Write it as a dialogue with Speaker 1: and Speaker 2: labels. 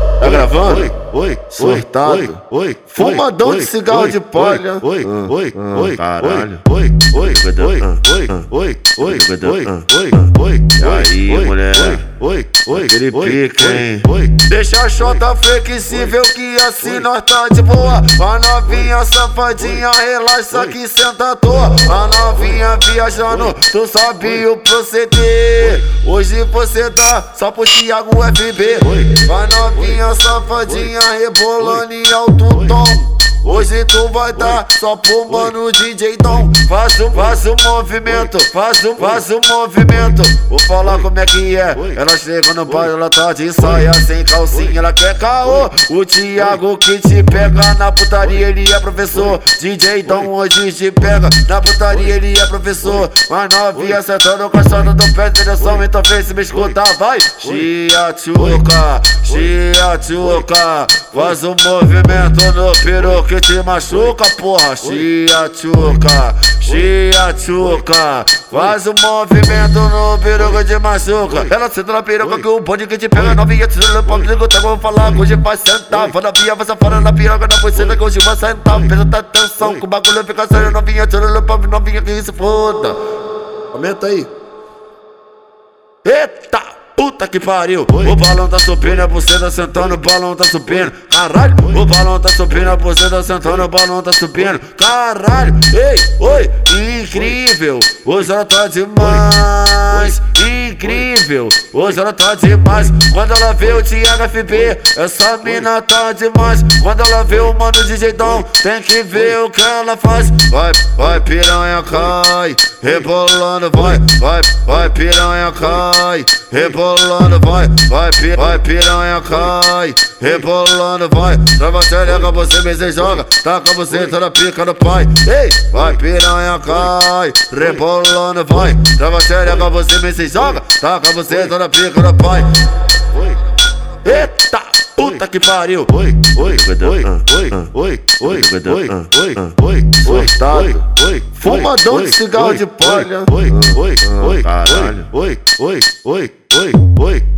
Speaker 1: Havana. Oi, oi, Tá surtado. Oi, fumadão de cigarro de palha. Ah,
Speaker 2: Oi, oi, oi,
Speaker 1: caralho. ah,
Speaker 2: Oi, oi, oi, oi, oi, oi, oi, oi, oi.
Speaker 1: Aí, mulher.
Speaker 2: Oi, oi,
Speaker 1: Aquele pica, hein?
Speaker 2: Oi,
Speaker 3: Deixa a chota flexível que assim nós tá de boa. A novinha safadinha, relaxa que senta à toa. A novinha viajando, tu sabe o proceder. Hoje você tá só pro Thiago FB. A novinha safadinha, rebolando em alto tom. Hoje tu vai tá só pro mano DJ Tom. Faz um, faz um movimento, faz um, faz um movimento. Vou falar como é que é. Ela chega no bar, ela tá de saia sem calcinha, ela quer caô. O Thiago que te pega na putaria, ele é professor. DJ Dom hoje te pega na putaria, ele é professor. Mas novinha acertando o cachorro do pé, direção, então vem se me escutar, vai. Chia tchuca, chia tchuca, faz um movimento no peru que te machuca, porra. Chia tchuca, chia tchuca, faz um movimento no peru que te machuca. Ela senta na piroca que o bonde que te pega novinha te leva pra gringo, tá vou falar que hoje vai sentar. Fala pia, vai safada na piroca na buceta que hoje vai sentar. Presta atenção que o bagulho fica sério, novinha te leva pra novinha que se foda.
Speaker 1: Aumenta aí.
Speaker 3: Eita! Puta que pariu, o balão tá subindo, a buceta sentando, o balão tá subindo, caralho, o balão tá subindo, a buceta sentando, o balão tá subindo, caralho, ei, oi, incrível, hoje ela tá demais, incrível, hoje ela tá demais, quando ela vê o Thiago FB, essa mina tá demais, quando ela vê o mano DJ Dom, tem que ver o que ela faz, vai, vai piranha cai, rebolando, vai, vai, vai piranha cai, rebolando, vai, vai, pi- vai piranha cai, rebolando, vai, trava a xereca, você me se joga, tá taca você, toda pica no pai, ei, vai piranha cai, rebolando, vai, trava a xereca, você me se joga, tá taca você, toda pica no pai,
Speaker 2: oi.
Speaker 3: eita puta que pariu,
Speaker 2: Oi, oi, oi,
Speaker 1: ah,
Speaker 2: oi, oi, oi, oi, oi, oi,
Speaker 1: Surtado.
Speaker 2: oi, oi,
Speaker 1: Fumadão
Speaker 2: oi,
Speaker 1: ah, de cigarro
Speaker 2: oi,
Speaker 1: de palha. Ah,
Speaker 2: Oi, oi, oi, oi,
Speaker 1: caralho.
Speaker 2: oi, oi, oi, oi, oi,